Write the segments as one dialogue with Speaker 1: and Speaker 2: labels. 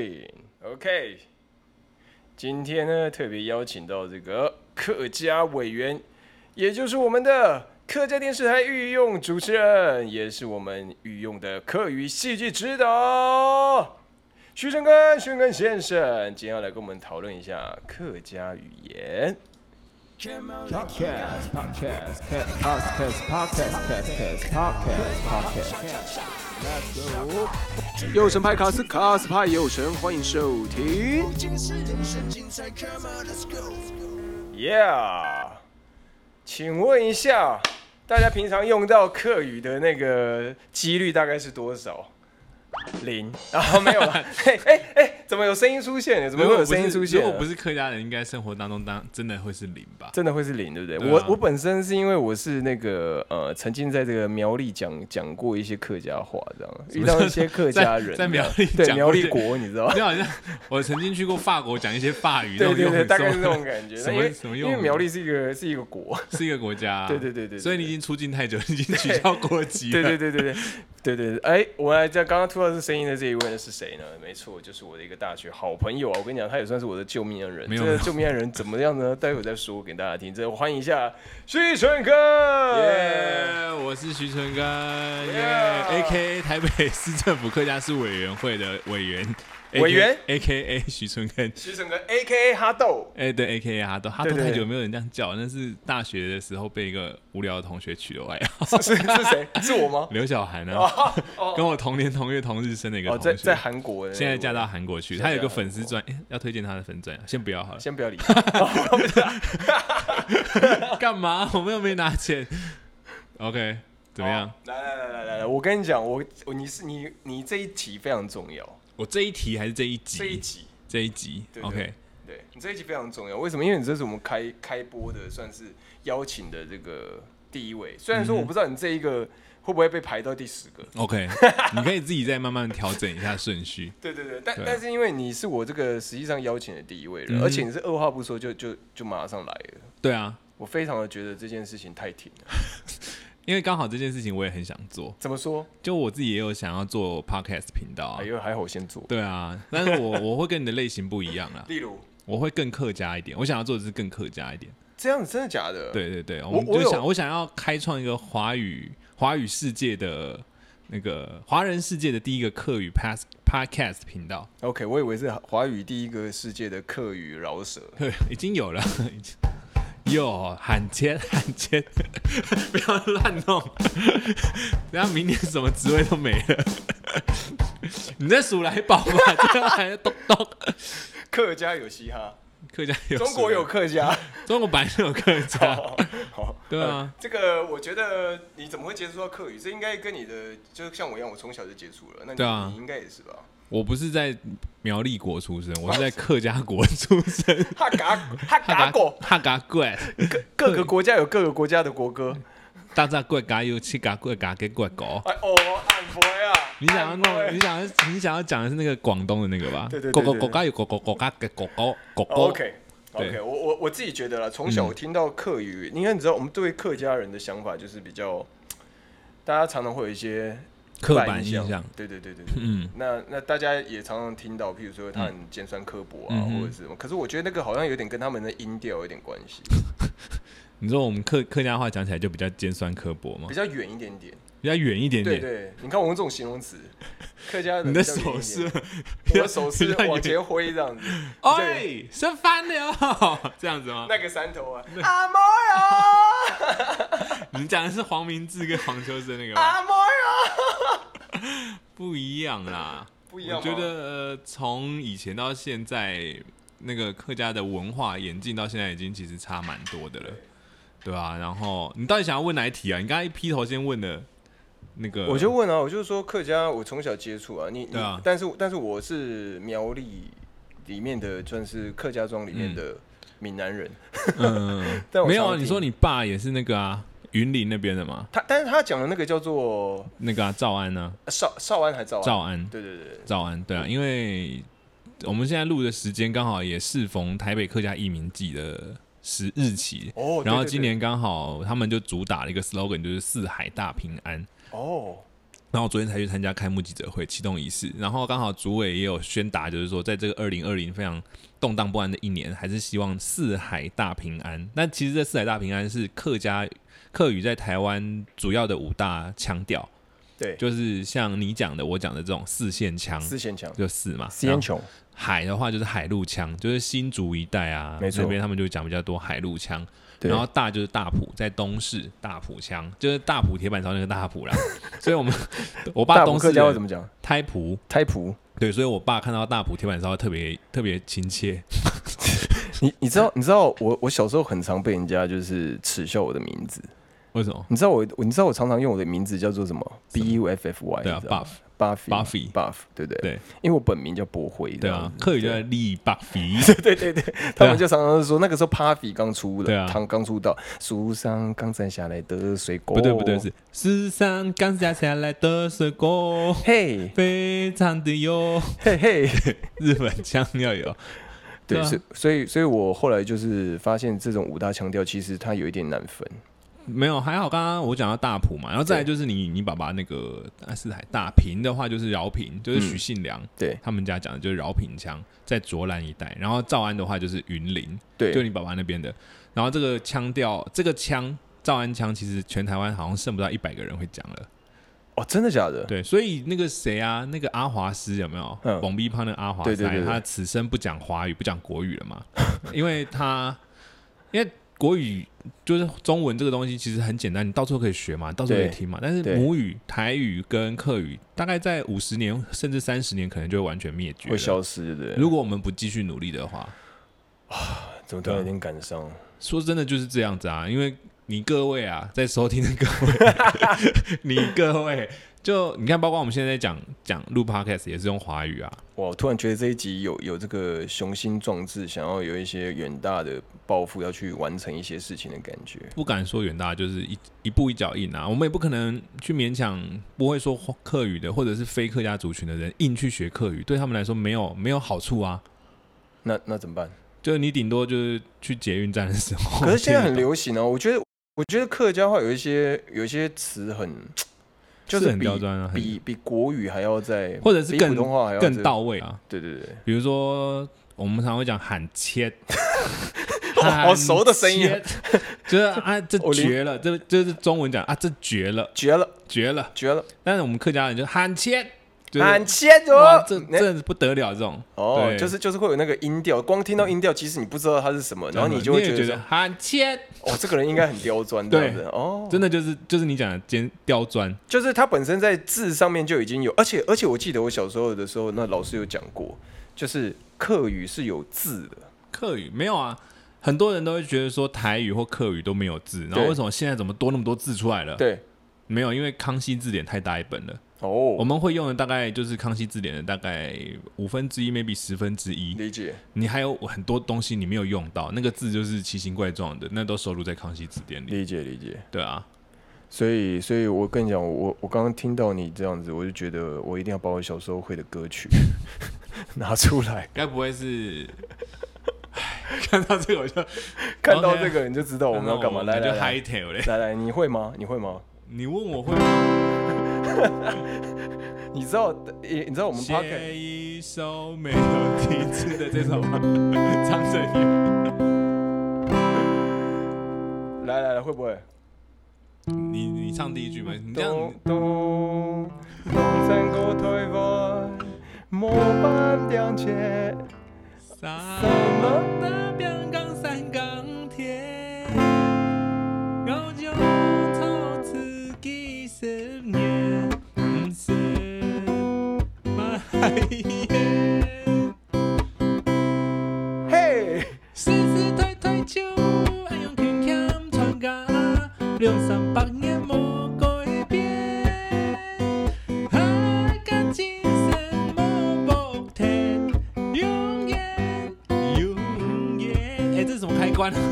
Speaker 1: Recording，OK、今天呢，特别邀请到这个客家委员，也就是我们的客家电视台御用主持人，也是我们御用的客语戏剧指导徐正根，徐正根先生，今天要来跟我们讨论一下客家语言。
Speaker 2: Podcast, podcast, podcast, podcast, podcast, podcast, podcast.
Speaker 1: 有神派卡斯，卡斯派有神，欢迎收听。Yeah，请问一下，大家平常用到客语的那个几率大概是多少？零啊，没 有了。哎哎哎，怎么有声音出现？怎么会有声音出现
Speaker 3: 如
Speaker 1: 呢？
Speaker 3: 果不是客家人，应该生活当中当真的会是零吧？
Speaker 1: 真的会是零，对不对？
Speaker 3: 对啊
Speaker 1: 我我本身是因为我是那个呃，曾经在这个苗栗讲讲过一些客家话，这样遇到一些客家人
Speaker 3: 在在 苗栗
Speaker 1: 对
Speaker 3: 讲
Speaker 1: 苗
Speaker 3: 过
Speaker 1: 栗
Speaker 3: 这
Speaker 1: 国，你知 道吗？
Speaker 3: 就好像我曾经去过法国讲一些法 语，
Speaker 1: 对
Speaker 3: 那种
Speaker 1: 对
Speaker 3: 用
Speaker 1: 对，
Speaker 3: 语
Speaker 1: 大概是
Speaker 3: 什
Speaker 1: 这
Speaker 3: 么
Speaker 1: 种感觉。那
Speaker 3: 什
Speaker 1: 因为
Speaker 3: 么什么
Speaker 1: 因
Speaker 3: 用
Speaker 1: 为
Speaker 3: 语啊
Speaker 1: 苗栗是一个是一个国，
Speaker 3: 是一个国家啊，
Speaker 1: 对对对对对
Speaker 3: 所以你已经出境太久，已经取消国籍
Speaker 1: 对
Speaker 3: 了。
Speaker 1: 对对对对 对对对。哎，我来这刚刚听到这声音的这一位呢是谁呢？没错，就是我的一个大学好朋友啊。我跟你讲，他也算是我的救命恩人。
Speaker 3: 没有
Speaker 1: 这个
Speaker 3: 没有
Speaker 1: 救命恩人怎么样呢？ 待会再说给大家听。这我欢迎一下徐成哥。
Speaker 3: 耶，我是徐纯根，耶
Speaker 1: Yeah
Speaker 3: ，A K A 台北市政府客家事委员会的委员，
Speaker 1: 委员
Speaker 3: A K A 徐纯根。
Speaker 1: 徐成哥 A K A 哈豆。
Speaker 3: 哎、对，A K A 哈豆，哈
Speaker 1: 对
Speaker 3: 豆
Speaker 1: 对
Speaker 3: 太久没有人这样叫，那是大学的时候被一个无聊的同学取的外号，
Speaker 1: 是是 谁？是我吗？
Speaker 3: 刘小涵呢、啊，
Speaker 1: 哦哦
Speaker 3: 跟我同年同月同日生的一个
Speaker 1: 哦，
Speaker 3: 同学，
Speaker 1: 在在韩国的那个，
Speaker 3: 现在嫁到韩国去，
Speaker 1: 现在
Speaker 3: 他有一
Speaker 1: 嫁
Speaker 3: 个
Speaker 1: 到
Speaker 3: 粉
Speaker 1: 韩
Speaker 3: 丝
Speaker 1: 国
Speaker 3: 专、诶要推荐他的粉专，啊先不要好了。
Speaker 1: 先不要理他。哦不是啊
Speaker 3: 干嘛？我们又没拿钱。OK，怎么样
Speaker 1: 好？来来来来来来，我跟你讲，我我你是你你这一题非常重要，
Speaker 3: 我这一题还是这一集？
Speaker 1: 这一集。
Speaker 3: 这一集。
Speaker 1: 对对
Speaker 3: OK，
Speaker 1: 对你这一集非常重要，为什么？因为你这是我们开开播的，算是邀请的这个第一位。虽然说我不知道你这一个会不会被排到第十个，
Speaker 3: OK，你可以自己再慢慢调整一下顺序。
Speaker 1: 对对对，但
Speaker 3: 对啊
Speaker 1: 但是因为你是我这个实际上邀请的第一位人，
Speaker 3: 嗯
Speaker 1: 而且你是二话不说就就就马上来了，
Speaker 3: 对啊，
Speaker 1: 我非常的觉得这件事情太挺了。
Speaker 3: 因为刚好这件事情我也很想做，
Speaker 1: 怎么说？
Speaker 3: 就我自己也有想要做 Podcast 频道啊
Speaker 1: 哎。呦，还好我先做。
Speaker 3: 对啊，但是我我会跟你的类型不 一样啦，
Speaker 1: 例如
Speaker 3: 我会更客家一点，我想要做的是更客家一点。
Speaker 1: 这样子真的假的？，
Speaker 3: 对对对，
Speaker 1: 我
Speaker 3: 我们
Speaker 1: 我
Speaker 3: 就
Speaker 1: 有
Speaker 3: 想我想要开创一个华语华语世界的那个华人世界的第一个客语 pass podcast 频道，
Speaker 1: OK，我以为是华语第一个世界的客语饶舌。
Speaker 3: 对，已经有了， 已经有喊切 喊切，不要乱弄， 等下明年什么职位都没了。 你在数来宝吗？这还咚咚，
Speaker 1: 客家有嘻哈，
Speaker 3: 客家有
Speaker 1: 中国
Speaker 3: 数
Speaker 1: 有客家。
Speaker 3: 中国本来就有客家，
Speaker 1: 好， 好
Speaker 3: 对啊，
Speaker 1: 这个我觉得你怎么会接触到客语？这应该跟你的，就像我一样，我从小就接触了。那你
Speaker 3: 对啊
Speaker 1: 你应该也是吧？
Speaker 3: 我不是在苗栗国出生，我是在客家国出生。
Speaker 1: 哈嘎哈嘎狗，
Speaker 3: 哈嘎怪，
Speaker 1: 各个国家有各个国家的国歌。
Speaker 3: 嗯大炸怪嘎有七嘎怪嘎给怪狗。
Speaker 1: 哎哦，俺不呀！
Speaker 3: 你想要
Speaker 1: 俺不会
Speaker 3: 弄，你想要，你想要讲的是那个广东的那个吧？
Speaker 1: 哎对对对
Speaker 3: 狗
Speaker 1: 对
Speaker 3: 狗
Speaker 1: 对
Speaker 3: 狗嘎有狗狗狗嘎给狗狗狗
Speaker 1: 哦
Speaker 3: 狗。
Speaker 1: OK。
Speaker 3: 对嗯
Speaker 1: OK，我我我自己觉得啦，从小听到客语，你看，你知道我们对客家人的想法就是比较，大家常常会有一些
Speaker 3: 刻
Speaker 1: 刻
Speaker 3: 板印象。
Speaker 1: 对对对对对，
Speaker 3: 嗯，
Speaker 1: 那那大家也常常听到，譬如说他很尖酸刻薄啊，
Speaker 3: 嗯
Speaker 1: 或者是什么。可是我觉得那个好像有点跟他们的音调有点关 系，
Speaker 3: 你说我们客客家话讲起来就比较尖酸刻薄嘛
Speaker 1: 比，较远一点点。
Speaker 3: 比较远一点
Speaker 1: 对
Speaker 3: 点。
Speaker 1: 对，你看我用这种形容词，客家人
Speaker 3: 你的
Speaker 1: 比较远
Speaker 3: 手
Speaker 1: 一
Speaker 3: 势
Speaker 1: 点，，我的手势往前挥这样 子，较远
Speaker 3: 哎，生翻了 哦，这样子吗？
Speaker 1: 那个山头 啊，阿莫哟，
Speaker 3: 你讲的是黄明志跟黄秋生那个吗？
Speaker 1: 阿莫哟，
Speaker 3: 不一样啦。
Speaker 1: 不一样
Speaker 3: 我
Speaker 1: 吗。
Speaker 3: 觉得呃从、以前到现在，那个客家的文化演进到现在已经其实差蛮多的了，对啊？然后你到底想要问哪一题啊？你刚才一劈头先问的那个，
Speaker 1: 我就问啊，我就说客家，我从小接触啊，你你
Speaker 3: 嗯对啊
Speaker 1: 但是但是我是苗栗里面的，算是客家庄里面的闽南人，
Speaker 3: 嗯、
Speaker 1: 但我
Speaker 3: 没有
Speaker 1: 常
Speaker 3: 啊？
Speaker 1: 听
Speaker 3: 你说你爸也是那个啊，云林那边的嘛？
Speaker 1: 他但是他讲的那个叫做呃
Speaker 3: 那个啊，赵安呢、
Speaker 1: 少少安还赵
Speaker 3: 啊？
Speaker 1: 安，
Speaker 3: 赵安，
Speaker 1: 对对对，
Speaker 3: 赵安，对啊，因为我们现在录的时间刚好也适逢台北客家移民季的时日期。
Speaker 1: 哦，对
Speaker 3: 然后
Speaker 1: 对对
Speaker 3: 今年刚好他们就主打了一个 slogan，就是四海大平安。
Speaker 1: 哦，
Speaker 3: 然后我昨天才去参加开幕记者会启动仪式，然后刚好主委也有宣达，就是说在这个二零二零非常动荡不安的一年，还是希望四海大平安。但其实这四海大平安是客家客语在台湾主要的五大腔调，
Speaker 1: 对，
Speaker 3: 就是像你讲的、我讲的这种四线腔，
Speaker 1: 四线强，
Speaker 3: 就四嘛，
Speaker 1: 四线穷，
Speaker 3: 海的话就是海陆腔，就是新竹一带啊，
Speaker 1: 没错
Speaker 3: 那边他们就讲比较多海陆腔。
Speaker 1: 对
Speaker 3: 然后大就是大埔，在东市大埔腔，就是大埔铁板烧那个大 埔啦。所以我们我爸
Speaker 1: 大埔
Speaker 3: 东
Speaker 1: 客
Speaker 3: 市
Speaker 1: 家话
Speaker 3: 人
Speaker 1: 怎么讲？
Speaker 3: 胎埔，
Speaker 1: 胎埔。
Speaker 3: 对，所以我爸看到大埔铁板烧特别特别亲切。
Speaker 1: 你你知 道你知道我我小时候很常被人家就是耻笑我的名字，
Speaker 3: 为什么？
Speaker 1: 你知道我我你知道我常常用我的名字叫做什么
Speaker 3: 什么
Speaker 1: B U F F Y
Speaker 3: 对啊，buff，
Speaker 1: buff
Speaker 3: Buffy
Speaker 1: buff 对不对？
Speaker 3: 对
Speaker 1: 因为我本名叫博辉，
Speaker 3: 对
Speaker 1: 这
Speaker 3: 啊
Speaker 1: 样，子
Speaker 3: 客语叫
Speaker 1: 对
Speaker 3: 力 buffy，
Speaker 1: 对对对，啊他们就常常说那个时候 Puffy 刚出
Speaker 3: 对
Speaker 1: 的，
Speaker 3: 啊
Speaker 1: 刚刚出道，树上刚摘下来的水果，
Speaker 3: 不对不对，是世上刚摘下来的水果，
Speaker 1: 嘿
Speaker 3: 非常的哟，
Speaker 1: 嘿嘿，
Speaker 3: 日本腔要有。对
Speaker 1: 对，
Speaker 3: 啊
Speaker 1: 所以所以所以我后来就是发现这种五大腔调其实它有一点难分，
Speaker 3: 没有，还好。刚刚我讲到大埔嘛，然后再来就是你你爸爸那个啊四海大平的话，就是饶平，就是许信良、
Speaker 1: 对
Speaker 3: 他们家讲的就是饶平腔，在卓兰一带。然后赵安的话就是云林，就
Speaker 1: 对
Speaker 3: 你爸爸那边的。然后这个腔调，这个腔赵安腔，其实全台湾好像剩不到一百个人会讲了。
Speaker 1: 哦，真的假的？
Speaker 3: 对，所以那个谁啊，那个阿华师有没有？
Speaker 1: 嗯
Speaker 3: 王逼胖那个阿华师，
Speaker 1: 对对对对
Speaker 3: 他此生不讲华语，不讲国语了嘛？ 因为他，因为国语就是中文这个东西，其实很简单，你到处都可以学嘛，到处可以
Speaker 1: 对
Speaker 3: 听嘛。但是
Speaker 1: 对
Speaker 3: 母语台语跟客语，大概在五十年甚至三十年，可能就会完全灭绝
Speaker 1: 会
Speaker 3: 了。
Speaker 1: 消失，对不对？
Speaker 3: 如果我们不继续努力的话，
Speaker 1: 怎么突然有点感伤？
Speaker 3: 说真的就是这样子啊，因为你各位啊，在收听的各位， 你各位，就你看，包括我们现在在讲讲录 podcast 也是用华语啊，
Speaker 1: 哇，我突然觉得这一集有有这个雄心壮志，想要有一些远大的抱负，要去完成一些事情的感觉。
Speaker 3: 不敢说远大，就是一一步一脚印啊。我们也不可能去勉强不会说客语的或者是非客家族群的人硬去学客语，对他们来说没有没有好处啊。
Speaker 1: 那那怎么办？
Speaker 3: 就是你顶多就是去捷运站的时候，
Speaker 1: 可是现在很
Speaker 3: 听得懂
Speaker 1: 流行啊，我觉得我觉得客家话有一些有一些词很，就是
Speaker 3: 很
Speaker 1: 比
Speaker 3: 刁钻啊，很
Speaker 1: 比比国语还要在，
Speaker 3: 或者是
Speaker 1: 比
Speaker 3: 更
Speaker 1: 普通话还要
Speaker 3: 更
Speaker 1: 在。
Speaker 3: 到位啊。
Speaker 1: 对对对，
Speaker 3: 比如说，我们常会讲喊 切，
Speaker 1: 哇哦好熟的声音啊
Speaker 3: 喊切， 就是啊，这
Speaker 1: 我连
Speaker 3: 绝了，这就是中文讲啊，这绝了，
Speaker 1: 绝了
Speaker 3: 绝了。
Speaker 1: 绝了，
Speaker 3: 但是我们客家人就喊切，就是
Speaker 1: 很欠
Speaker 3: 哇，
Speaker 1: 哦，
Speaker 3: 这
Speaker 1: 那
Speaker 3: 这不得了，这种
Speaker 1: 哦，
Speaker 3: 对
Speaker 1: 就是就是会有那个音调，光听到音调，其实你不知道它是什么，然后你就会
Speaker 3: 也
Speaker 1: 觉
Speaker 3: 觉
Speaker 1: 得
Speaker 3: 得喊切，
Speaker 1: 说哦，这个人应该很刁 钻这样子哦，
Speaker 3: 真的就是就是你讲的尖刁钻，
Speaker 1: 就是他本身在字上面就已经有，而且而且我记得我小时候的时候，那老师有讲过，就是客语是有字的，
Speaker 3: 客语没有啊。很多人都会觉得说台语或客语都没有字，然后
Speaker 1: 对
Speaker 3: 为什么现在怎么多那么多字出来了？
Speaker 1: 对，
Speaker 3: 没有，因为康熙字典太大一本了。我
Speaker 1: 哦，
Speaker 3: 们会用的大概就是康熙字典的大概五分之一，maybe 十分之一。
Speaker 1: 理解，
Speaker 3: 你还有很多东西你没有用到，那个字就是奇形怪状的，那都收录在康熙字典里。
Speaker 1: 理解，理解。
Speaker 3: 对啊，
Speaker 1: 所以，所以我跟你讲，我我刚刚听到你这样子，我就觉得我一定要把我小时候会的歌曲 拿出来。
Speaker 3: 该不会是？ 唉看到这个我就
Speaker 1: 看到这个你就知哦嗯道我们要干嘛。来
Speaker 3: 那
Speaker 1: 来
Speaker 3: 就
Speaker 1: 来
Speaker 3: high tail 嘞。
Speaker 1: 来来，你会吗？你会吗？
Speaker 3: 你问我会
Speaker 1: 你知道，你你知道我们 p o c k e t
Speaker 3: 写一首没有题字的这首吗？ 张震岳，
Speaker 1: 来来来，会不会？
Speaker 3: 你你唱第一句嘛，你这样
Speaker 1: 咚咚咚，成个台湾，模板两切。
Speaker 3: 啥
Speaker 1: 什么？
Speaker 3: 打边港三港铁，我就从自己十年不嗯是 买烟，
Speaker 1: 嘿，
Speaker 3: 世世代代就爱用金钱传家，两三百年无改变。啊，感情生无目的，永远永远。哎，这是什么开关？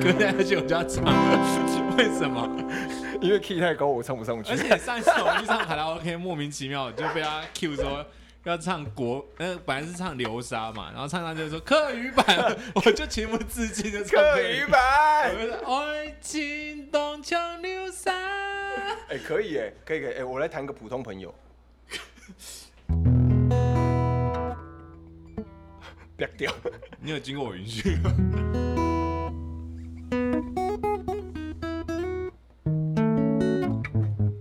Speaker 3: 歌下去我就要唱， 为什么？
Speaker 1: 因为 key 太高，我唱不上去
Speaker 3: 而。且上一次我们去唱卡拉 OK，莫名其妙就被他 Q 说要唱国，呃，本来是唱流沙嘛，然后唱唱就说客语版，我就情不自禁的唱
Speaker 1: 客
Speaker 3: 客
Speaker 1: 语
Speaker 3: 语版。
Speaker 1: 版
Speaker 3: 我就说爱情东强牛三。
Speaker 1: 哎、可以哎，可以可以哎、我来谈个普通朋友。不要掉，
Speaker 3: 你有经过我允许吗？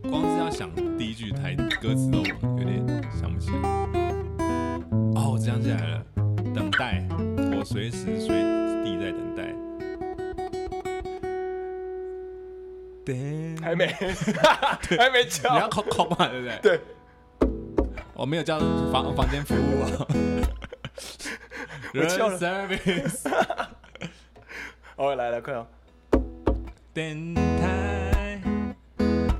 Speaker 3: 光是要想第一句台歌词都有点想不起来。哦，我想起来了，等待，我随时随地在等待。等，
Speaker 1: 还没，还没
Speaker 3: 你要
Speaker 1: 叫。
Speaker 3: 扣扣嘛，对不对？
Speaker 1: 对，
Speaker 3: 我没有叫房房间服务啊。
Speaker 1: 我叫了
Speaker 3: service。
Speaker 1: 哦，来了，快点，
Speaker 3: 等待，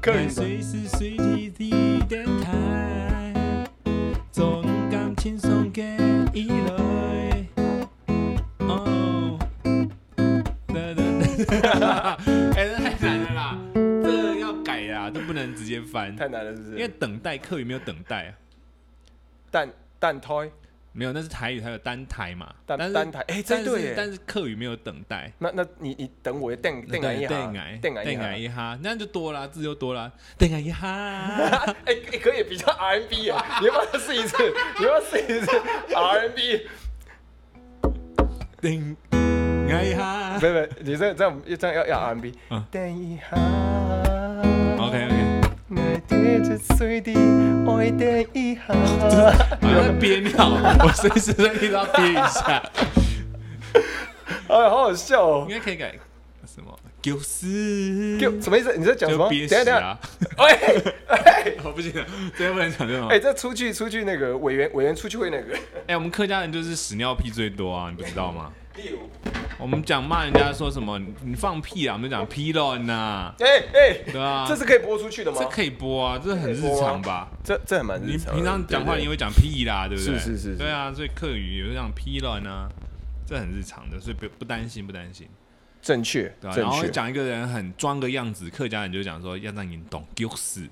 Speaker 1: 客语吧
Speaker 3: 随时随地的等待，总感情送给依赖。哦，哒哒哒，哎，这太难了啦，这要改啦，这不能直接翻，
Speaker 1: 太难了，是不
Speaker 3: 因为
Speaker 1: 是？
Speaker 3: 等待客语没有等待啊，
Speaker 1: 蛋蛋胎，
Speaker 3: 没有，那是台语，它有单台嘛，
Speaker 1: 单
Speaker 3: 但是
Speaker 1: 单台哎这
Speaker 3: 但是
Speaker 1: 对耶
Speaker 3: 但是客语没有等待。
Speaker 1: 那那你你等我电电啊感一下，
Speaker 3: 邓癌，
Speaker 1: 电感一
Speaker 3: 邓
Speaker 1: 下
Speaker 3: 癌。一哈，那就多啦，字就多啦，邓癌一哈，
Speaker 1: 哎、哎可以比较 RMB 耶，啊你要不要试一 次？你要不要试一次 RMB？
Speaker 3: 邓癌一哈
Speaker 1: 不。是不是，你这这样这样要要 RMB
Speaker 3: 嗯。
Speaker 1: 等一下。
Speaker 3: OK OK，
Speaker 1: 我对着水滴，爱等一下。
Speaker 3: 我在憋尿，我随时随地都要憋一 下，
Speaker 1: 哎，好好笑哦
Speaker 3: 应！该可以改什么？丢死，
Speaker 1: 就什么意思？你在讲什
Speaker 3: 就
Speaker 1: 么？
Speaker 3: 憋
Speaker 1: 等一下
Speaker 3: 死
Speaker 1: 等一下，
Speaker 3: 啊！
Speaker 1: 喂喂，
Speaker 3: 我不行了，这个不能讲这种。
Speaker 1: 哎，这出去出去那个委员委员出去会那 个，
Speaker 3: 哎，我们客家人就是屎尿屁最多啊，你不知道吗？
Speaker 1: 例如，
Speaker 3: 我们讲骂人家说什么，你你放屁啊，我们就讲屁咯呐，
Speaker 1: 哎
Speaker 3: 对
Speaker 1: 哎，
Speaker 3: 啊，
Speaker 1: 这是可以播出去的吗
Speaker 3: 这？可以播啊，这很日常吧？
Speaker 1: 这这还蛮
Speaker 3: 你
Speaker 1: 日常的。
Speaker 3: 平常讲话
Speaker 1: 对
Speaker 3: 你
Speaker 1: 对
Speaker 3: 会讲屁啦，对不对？
Speaker 1: 是是是是
Speaker 3: 对啊，所以客语有时候讲屁乱啊，这很日常的，所以不不担心不担心，
Speaker 1: 正确
Speaker 3: 对吧、啊然
Speaker 1: 正
Speaker 3: 后
Speaker 1: 确。
Speaker 3: 讲一个人很装个样子，客家人就讲说要让你懂丢死，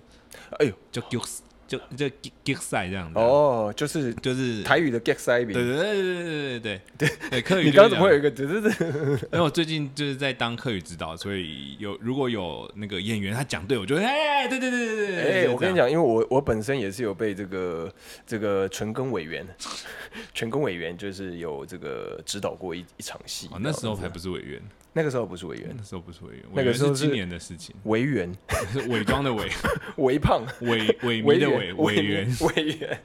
Speaker 1: 哎呦，
Speaker 3: 就丢死，就就丢赛这样子。，啊
Speaker 1: 哦，就是
Speaker 3: 就是
Speaker 1: 台语的 get s i b
Speaker 3: 对
Speaker 1: y
Speaker 3: 对对对对 对对对对，客语
Speaker 1: 你
Speaker 3: 就是
Speaker 1: 刚刚怎么会有一
Speaker 3: 这样？
Speaker 1: 个？只是
Speaker 3: 因为我最近就是在当客语指导，所以有如果有那个演员他讲对，我就会哎，对对对对对，
Speaker 1: 哎，
Speaker 3: 就是
Speaker 1: 我
Speaker 3: 这
Speaker 1: 跟你，
Speaker 3: 样
Speaker 1: 讲，因为我我本身也是有被这个这个纯耕委员，纯耕委员就是有这个指导过一一场戏
Speaker 3: 哦，。那时候
Speaker 1: 这
Speaker 3: 还
Speaker 1: 样子
Speaker 3: 不是委员，
Speaker 1: 那个时候不是委员，
Speaker 3: 那时候不是委员，
Speaker 1: 那
Speaker 3: 委
Speaker 1: 个
Speaker 3: 员
Speaker 1: 时候
Speaker 3: 是今
Speaker 1: 是
Speaker 3: 年的事情，
Speaker 1: 委 员
Speaker 3: 是伪装的 伪。
Speaker 1: 微胖
Speaker 3: 委委迷的委
Speaker 1: 员
Speaker 3: 委员，
Speaker 1: 委员。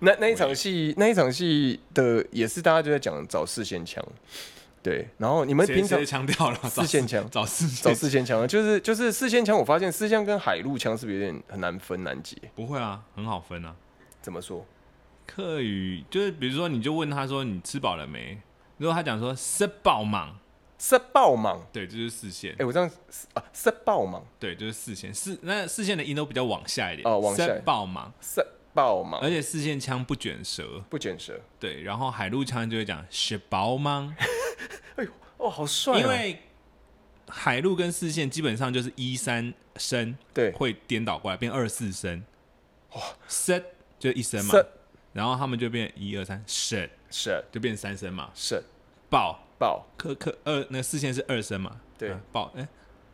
Speaker 1: 那那一场戏，那一场戏的也是大家就在讲找四线腔，对。然后你们
Speaker 3: 谁
Speaker 1: 平常
Speaker 3: 谁强调了
Speaker 1: 四线强
Speaker 3: 找四
Speaker 1: 找
Speaker 3: 找
Speaker 1: 四线腔，就是就是四线腔，我发现四线腔跟海陆腔是不是有点很难分难解？
Speaker 3: 不会啊，很好分啊。
Speaker 1: 怎么说？
Speaker 3: 客语就是比如说，你就问他说你吃饱了没？如果他讲说吃饱忙，
Speaker 1: 是爆莽？
Speaker 3: 对，这就是四线
Speaker 1: 哎、，我这样啊，是爆莽，
Speaker 3: 对，就是四线四那四线的音都比较往下一点
Speaker 1: 哦往下哦
Speaker 3: 吃饱忙，
Speaker 1: 是爆莽
Speaker 3: 而，且四线腔不卷舌，
Speaker 1: 不卷舌。
Speaker 3: 对，然后海陆腔就会讲吃饱忙，
Speaker 1: 哎呦，哦，好帅、哦！
Speaker 3: 因为海陆跟四线基本上就是一三声，
Speaker 1: 对
Speaker 3: 会颠倒过来变二四声，哇，声就一声嘛，
Speaker 1: 是
Speaker 3: 然后他们就变一二三 shit，
Speaker 1: 是
Speaker 3: 就变三声嘛，
Speaker 1: 是
Speaker 3: 爆
Speaker 1: 爆
Speaker 3: 克克二那四线是二声嘛，
Speaker 1: 对
Speaker 3: 啊爆哎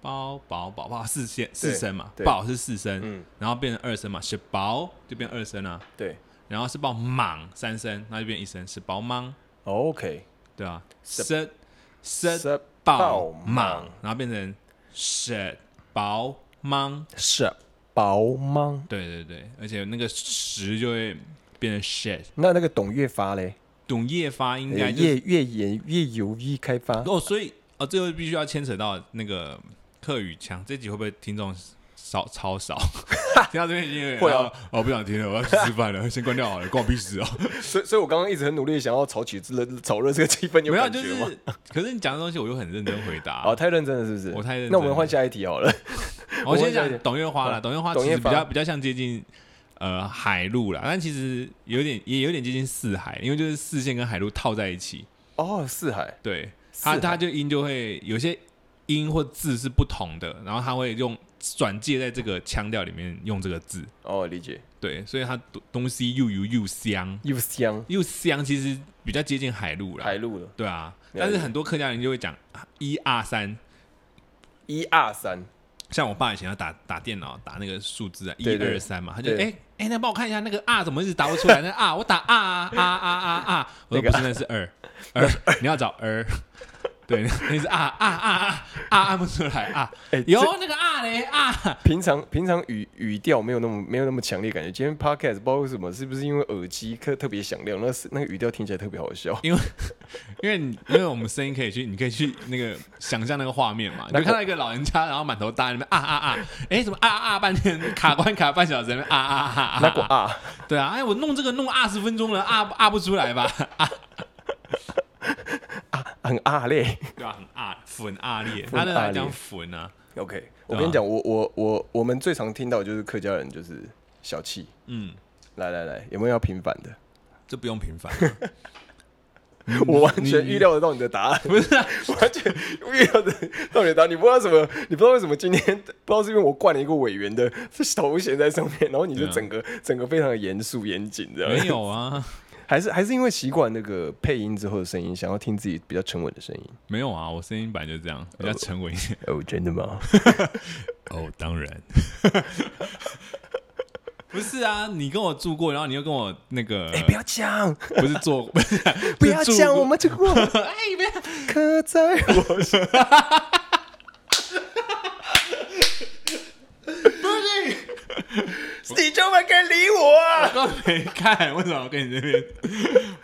Speaker 3: 包包包包四线四声嘛，
Speaker 1: 对
Speaker 3: 爆是四声，
Speaker 1: 嗯
Speaker 3: 然后变成二声嘛，是包就变二声啊，
Speaker 1: 对
Speaker 3: 然后是爆莽三声，那就变一声是包莽，
Speaker 1: ，OK，
Speaker 3: 对啊，
Speaker 1: 是
Speaker 3: 声声
Speaker 1: 是
Speaker 3: 爆
Speaker 1: 爆
Speaker 3: 莽
Speaker 1: 莽，
Speaker 3: 然后变成 shit 包莽，
Speaker 1: 是爆莽。
Speaker 3: 对对对，而且那个时就会变成 shit，
Speaker 1: 那那个懂越发嘞，
Speaker 3: 懂夜发应该
Speaker 1: 呃
Speaker 3: 啊就是
Speaker 1: 越越研越犹豫开发，
Speaker 3: 哦，所以哦，这个必须要牵扯到那个客语腔，这集会不会听众少 超少？听到这边已经有点
Speaker 1: 会啊，
Speaker 3: 哦，不想听了，我要去吃饭了，先关掉好了，关我屁事哦。
Speaker 1: 所以所以我刚刚一直很努力地想要炒起热炒热这 个气氛，有
Speaker 3: 没有，啊
Speaker 1: 感
Speaker 3: 就
Speaker 1: 觉
Speaker 3: 是
Speaker 1: 吗？，
Speaker 3: 可是你讲的东西我又很认真回
Speaker 1: 哦，
Speaker 3: 答。
Speaker 1: 太认真了是不是？
Speaker 3: 我太认真
Speaker 1: 那我们
Speaker 3: 了
Speaker 1: 换下一题好了。
Speaker 3: 我先
Speaker 1: 我
Speaker 3: 讲
Speaker 1: 问
Speaker 3: 董月花啦，董月花
Speaker 1: 嗯董
Speaker 3: 其
Speaker 1: 月
Speaker 3: 实比较
Speaker 1: 花
Speaker 3: 比较像接近呃海陆啦，但其实有点也有点接近四海，因为就是四线跟海陆套在一起。
Speaker 1: 哦，四海
Speaker 3: 对，
Speaker 1: 四
Speaker 3: 它
Speaker 1: 海
Speaker 3: 它就音就会有些音或字是不同的，然后它会用转介在这个腔调里面用这个字。
Speaker 1: 哦，理解。
Speaker 3: 对，所以它东东西又油又香，
Speaker 1: 又香
Speaker 3: 又香其实比较接近海陆啦。
Speaker 1: 海陆了，
Speaker 3: 对啊，
Speaker 1: 解
Speaker 3: 但是很多客家人就会讲一二三，
Speaker 1: 一二三，
Speaker 3: 像我爸以前要打打电脑打那个数字啊，一
Speaker 1: 对对
Speaker 3: 二三嘛，他就哎
Speaker 1: 对
Speaker 3: 哎、那帮我看一下那个啊怎么一直打不出来？那啊我打啊啊啊啊啊啊，我说不是那是二二，你要找二， 对，那是啊啊啊啊啊按不出来啊
Speaker 1: 哎，
Speaker 3: 有
Speaker 1: 这
Speaker 3: 那个啊嘞啊，
Speaker 1: 平常平常语语调没有那么没有那么强烈感觉，今天 podcast 不知道为什么，是不是因为耳机特特别响亮，那是那个语调听起来特别好笑。
Speaker 3: 因为因为你因为我们声音可以去，你可以去那个想象那个画面嘛，你就看到一个老人家，然后满头大汗那边啊啊啊，哎、怎么啊啊啊半天卡关卡半小时那边啊啊啊啊
Speaker 1: 那个
Speaker 3: 啊，
Speaker 1: 啊，
Speaker 3: 对啊，哎我弄这个弄二十分钟了啊啊不出来吧。
Speaker 1: 很啊嘞。
Speaker 3: 对啊，很啊，粉啊 烈，
Speaker 1: 粉
Speaker 3: 他那
Speaker 1: 啊
Speaker 3: 来
Speaker 1: 烈
Speaker 3: 讲粉啊，
Speaker 1: OK，我跟你讲，我我我我们最常听到就是客家人就是小气。
Speaker 3: 嗯，
Speaker 1: 来来来，有没有要平反的？
Speaker 3: 这不用频 繁，
Speaker 1: 我完全
Speaker 3: 你
Speaker 1: 预料得嗯到你的答案，不是、
Speaker 3: 啊
Speaker 1: 完全预料得到你的答案。你不知道什么，你不知道为什么今天不知道是因为我冠了一个委员的头衔在上面，然后你就
Speaker 3: 对啊
Speaker 1: 整个、整个非常的严肃严谨这
Speaker 3: 没
Speaker 1: 样，
Speaker 3: 有啊，
Speaker 1: 还是还是因为习惯那个配音之后的声音，想要听自己比较沉稳的声音。
Speaker 3: 没有啊，我声音版就这样，比较沉稳一 点。
Speaker 1: 哦，真的吗？
Speaker 3: 哦，当然， 不是啊，你跟我住过，然后你又跟我那个，
Speaker 1: 哎不要讲，
Speaker 3: 不是做， 不是啊
Speaker 1: 不要讲，我，们这个
Speaker 3: 是住过 哎，不要，
Speaker 1: 刻在我 心。你就没敢理我啊！
Speaker 3: 我都没看，为什么我跟你这边？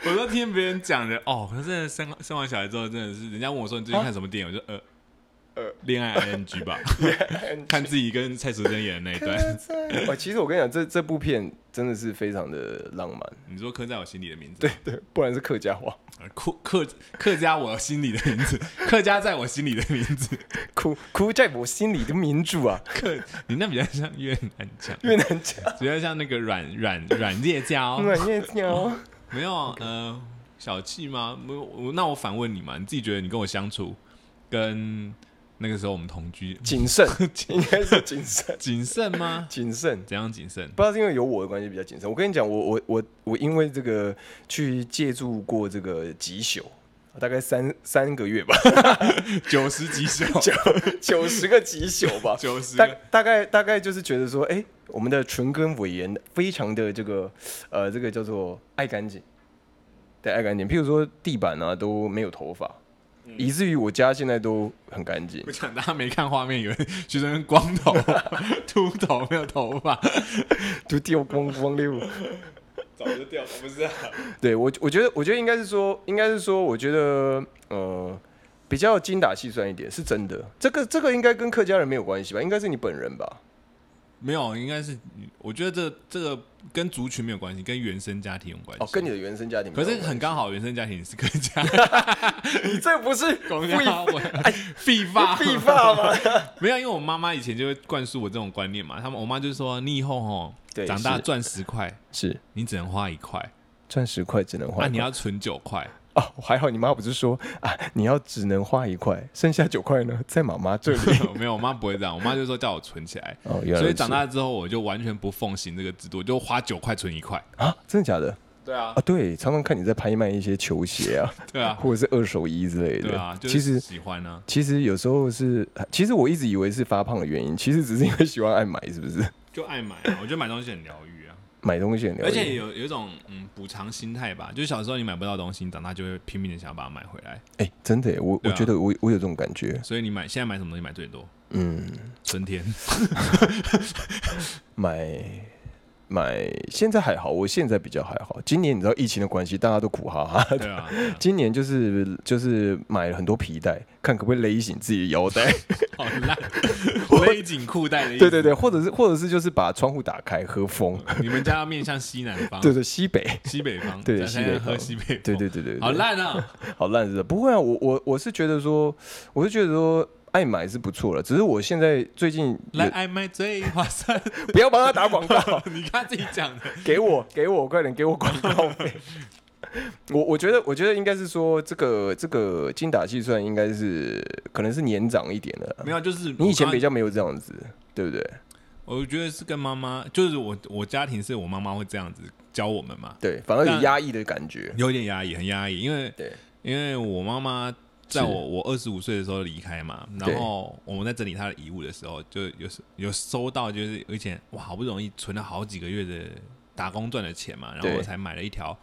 Speaker 3: 我都听别人讲的哦，可是真的生生完小孩之后，真的是人家问我说你最近看什么电影，我就呃呃，恋爱 ing 吧，看自己跟蔡淑珍演的那一 段。
Speaker 1: 哦，其实我跟你讲，这这部片真的是非常的浪漫，
Speaker 3: 你说刻在我心里的名字，呃对，
Speaker 1: 对，不然是客家话，
Speaker 3: 客客客家我心里的 名字，客家在我心里的名字，
Speaker 1: 哭哭在我心里的民主啊，
Speaker 3: 客你那比较像越南腔，
Speaker 1: 越南腔，
Speaker 3: 比较像那个软软软叶胶，
Speaker 1: 软叶鸟，
Speaker 3: 没 有呃小气吗？没有，我那我反问你嘛，你自己觉得你跟我相处，跟那个时候我们同居
Speaker 1: 谨慎，应该是谨慎，
Speaker 3: 谨慎吗？
Speaker 1: 谨慎。
Speaker 3: 怎样谨慎？
Speaker 1: 不知道是因为有我的关系比较谨慎。我跟你讲，我我我我因为这个去借住过这个吉宿，大概三三个月吧，
Speaker 3: 九十几宿，
Speaker 1: 九九十个吉宿吧，
Speaker 3: 九十
Speaker 1: 大
Speaker 3: 个
Speaker 1: 大概大概就是觉得说，哎、我们的唇跟尾炎非常的这个呃，这个叫做爱干净，对，爱干净。譬如说地板啊都没有头发，
Speaker 3: 嗯
Speaker 1: 以至于我家现在都很干净
Speaker 3: 我。想大家没看画面，以为学生光头、 秃头没有头发，
Speaker 1: 都掉光光溜。
Speaker 3: 早就掉头，不是、啊？
Speaker 1: 对我，我觉得，我觉得应该是说，应该是说，我觉得，呃，比较精打细算一点是真的。这个这个应该跟客家人没有关系吧？应该是你本人吧？
Speaker 3: 没有，应该是我觉得这这个跟族群没有关系，跟原生家庭有关系。
Speaker 1: 哦，跟你的原生家庭没
Speaker 3: 可
Speaker 1: 有关
Speaker 3: 是
Speaker 1: 系。
Speaker 3: 很刚好，原生家庭是客家，
Speaker 1: 你这不是
Speaker 3: 公
Speaker 1: 废
Speaker 3: 家文， 废话，
Speaker 1: 废话吗？
Speaker 3: 没有，因为我妈妈以前就会灌输我这种观念嘛。他们我妈就说，你以后哦，
Speaker 1: 对
Speaker 3: 长大
Speaker 1: 是
Speaker 3: 赚十块，
Speaker 1: 是
Speaker 3: 你只能花一 块，
Speaker 1: 赚十块只能花
Speaker 3: 那
Speaker 1: 一
Speaker 3: 啊你
Speaker 1: 块。
Speaker 3: 要存九块。
Speaker 1: 哦，还好你妈不是说啊，你要只能花一块，剩下九块呢，在妈妈 这里。
Speaker 3: 没有，我妈不会这样，我妈就说叫我存起来。
Speaker 1: 哦，原来
Speaker 3: 所
Speaker 1: 如
Speaker 3: 以
Speaker 1: 此
Speaker 3: 长大之后，我就完全不奉行这个制度，我就花九块存一块。
Speaker 1: 啊，真的假的
Speaker 3: 对啊
Speaker 1: 啊？，对，常常看你在拍卖一些球鞋啊，
Speaker 3: 对啊，
Speaker 1: 或者是二手衣之类的。
Speaker 3: 对啊，就
Speaker 1: 其实
Speaker 3: 是喜欢啊。
Speaker 1: 其实有时候是，其实我一直以为是发胖的原因，其实只是因为喜欢爱买，是不是？
Speaker 3: 就爱买啊，我觉得买东西很疗愈啊，
Speaker 1: 买东西很了
Speaker 3: 而且
Speaker 1: 解。
Speaker 3: 有有一种嗯补偿心态吧，就是小时候你买不到东西，你长大就会拼命的想要把它买回来，
Speaker 1: 哎、真的耶，我、
Speaker 3: 对
Speaker 1: 我
Speaker 3: 啊
Speaker 1: 觉得我我有这种感觉，
Speaker 3: 所以你买现在买什么东西买最多？
Speaker 1: 嗯，
Speaker 3: 春 天
Speaker 1: 买买现在还好，我现在比较还好。今年你知道疫情的关系，大家都苦哈哈 的
Speaker 3: 对啊，对啊
Speaker 1: 今年就是就是买了很多皮带，看可不可以勒紧自己的腰 带。
Speaker 3: 好烂，勒紧裤带的意思。
Speaker 1: 对对对，，或者是或者是就是把窗户打开喝风。
Speaker 3: 你们家要面向西南方，
Speaker 1: 对对，西北。
Speaker 3: 西北方，
Speaker 1: 对
Speaker 3: 咱
Speaker 1: 西
Speaker 3: 现在
Speaker 1: 北
Speaker 3: 喝
Speaker 1: 方
Speaker 3: 西北风，
Speaker 1: 对对对对，对
Speaker 3: 好，烂 啊！
Speaker 1: 好烂是的。不会啊，我我我是觉得说，我是觉得说。爱买是不错了，只是我现在最近
Speaker 3: 来爱卖最划算，
Speaker 1: 不要帮他打广 告，
Speaker 3: 你看自己讲的，
Speaker 1: 给我给我快点给我广告费。 我我觉得我觉得应该是说这个这个精打细算应该是可能是年长一点的啦，
Speaker 3: 没有，就是
Speaker 1: 你以前
Speaker 3: 我刚
Speaker 1: 比较没有这样子，对不对？
Speaker 3: 我觉得是跟妈妈，就是我我家庭是我妈妈会这样子教我们嘛，
Speaker 1: 对，反而有
Speaker 3: 但
Speaker 1: 压抑的感觉。
Speaker 3: 有点压抑，很压抑，因为
Speaker 1: 对
Speaker 3: 因为我妈妈在我我二十五岁的时候离开嘛，
Speaker 1: 对
Speaker 3: 然后我们在整理他的遗物的时候，就有有收到，就是以前哇好不容易存了好几个月的打工赚的钱嘛，然后
Speaker 1: 对
Speaker 3: 我才买了一条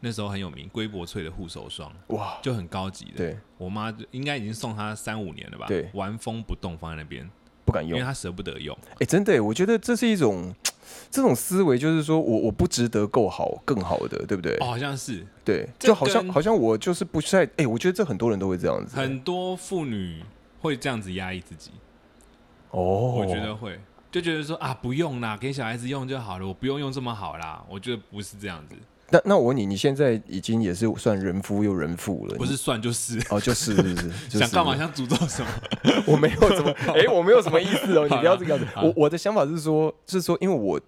Speaker 3: 那时候很有名龟柏翠的护手霜，
Speaker 1: 哇，
Speaker 3: 就很高级的。
Speaker 1: 对，
Speaker 3: 我妈就应该已经送她三五年了吧？
Speaker 1: 对
Speaker 3: 玩风不动放在那边，
Speaker 1: 不敢
Speaker 3: 因
Speaker 1: 用
Speaker 3: 为。她舍不得用。
Speaker 1: 哎、真的耶，我觉得这是一种这种思维，就是说我我不值得够好更好的，对不对？
Speaker 3: 哦，好像是
Speaker 1: 对，
Speaker 3: 这
Speaker 1: 就好像
Speaker 3: 跟
Speaker 1: 好像我就是不是在哎、我觉得这很多人都会这样子。
Speaker 3: 很多妇女会这样子压抑自己，
Speaker 1: 哦，
Speaker 3: 我觉得会。就觉得说啊，不用啦，给小孩子用就好了，我不用用这么好啦。我觉得不是这样子，
Speaker 1: 那那我问你，你现在已经也是算人夫又人父了，
Speaker 3: 不是算就是，
Speaker 1: 你？哦，就是是是，就是
Speaker 3: 想干嘛？想诅咒什 么？
Speaker 1: 我没有怎么，哎、我没有什么意思哦，你不要这个样子。
Speaker 3: 好啦
Speaker 1: 我我的想法是说，是说，因为我